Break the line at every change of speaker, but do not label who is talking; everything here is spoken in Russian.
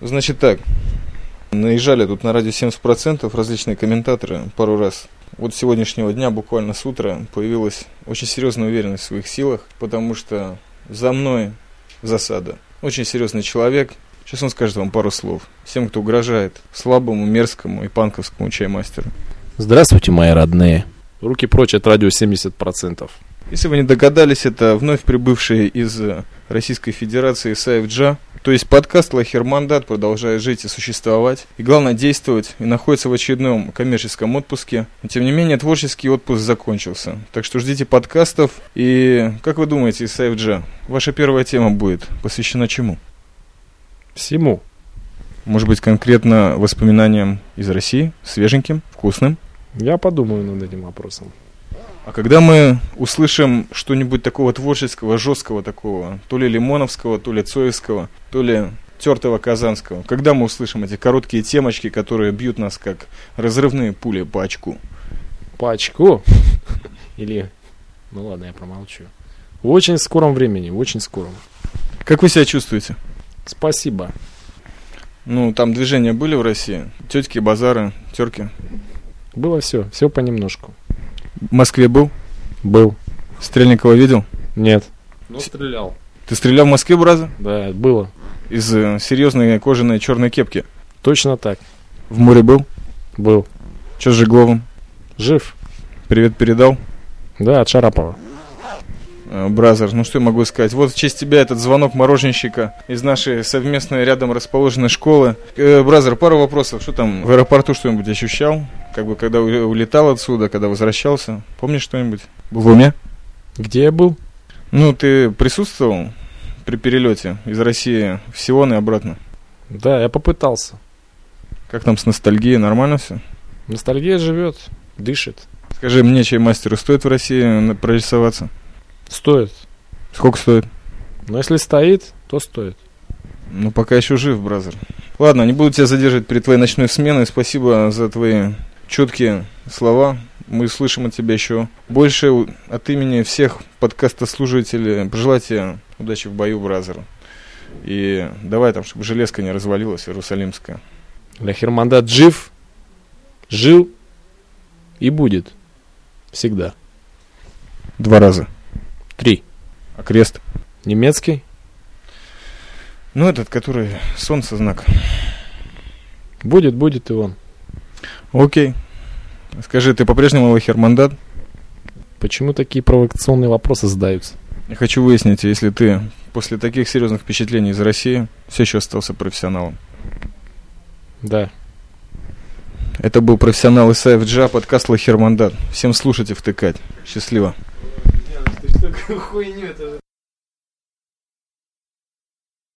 Значит так, наезжали тут на радио 70% различные комментаторы пару раз. Вот с сегодняшнего дня, буквально с утра, появилась очень серьезная уверенность в своих силах, потому что за мной засада. Очень серьезный человек. Сейчас он скажет вам пару слов. Всем, кто угрожает слабому, мерзкому и панковскому чаймастеру.
Здравствуйте, мои родные. Руки прочь от радио 70%.
Если вы не догадались, это вновь прибывший из Российской Федерации Исаев Джа. То есть подкаст Лахермандат продолжает жить и существовать, и главное действовать, и находится в очередном коммерческом отпуске. Но тем не менее, творческий отпуск закончился. Так что ждите подкастов. И как вы думаете, Исаев Джа, ваша первая тема будет посвящена чему?
Всему.
Может быть, конкретно воспоминаниям из России, свеженьким, вкусным?
Я подумаю над этим вопросом.
А когда мы услышим что-нибудь такого творческого, жесткого такого, то ли Лимоновского, то ли Цоевского, то ли тертого Казанского, когда мы услышим эти короткие темочки, которые бьют нас как разрывные пули по очку?
По очку? Или... Ну ладно, я промолчу. В очень скором времени, в очень скором.
Как вы себя чувствуете?
Спасибо.
Ну, там движения были в России? Тетки, базары, терки?
Было все, все понемножку.
В Москве был?
Был.
Стрельникова видел?
Нет.
Ну, стрелял.
Ты стрелял в Москве, Браза?
Да, было.
Из э, серьезной кожаной черной кепки.
Точно так.
В море был?
Был.
Че с Жигловым?
Жив.
Привет передал?
Да, от Шарапова.
Э, Бразер, ну что я могу сказать? Вот в честь тебя этот звонок мороженщика из нашей совместной рядом расположенной школы. Э, Бразер, пару вопросов. Что там, в аэропорту что-нибудь ощущал? Как бы когда у- улетал отсюда, когда возвращался? Помнишь что-нибудь? Был в уме?
Где я был?
Ну, ты присутствовал при перелете из России в Сион и обратно?
Да, я попытался.
Как там с ностальгией? Нормально все?
Ностальгия живет, дышит.
Скажи мне, чей мастеру стоит в России на- прорисоваться?
Стоит.
Сколько стоит?
Но если стоит, то стоит.
Ну, пока еще жив, бразер. Ладно, не буду тебя задерживать перед твоей ночной сменой. Спасибо за твои четкие слова. Мы слышим от тебя еще больше. У- От имени всех подкастослужителей пожелать тебе удачи в бою, бразер. И давай там, чтобы железка не развалилась, иерусалимская.
Лехермандат жив, жил и будет. Всегда.
Два раза.
Три.
А крест?
Немецкий?
Ну, этот, который солнце знак.
Будет, будет и он.
Окей. Скажи, ты по-прежнему лахермандат?
Почему такие провокационные вопросы задаются?
Я хочу выяснить, если ты после таких серьезных впечатлений из России все еще остался профессионалом.
Да.
Это был профессионал Исаев Джа, подкаст Лахермандат. Всем слушать и втыкать. Счастливо.
Ты что, какую хуйню это же?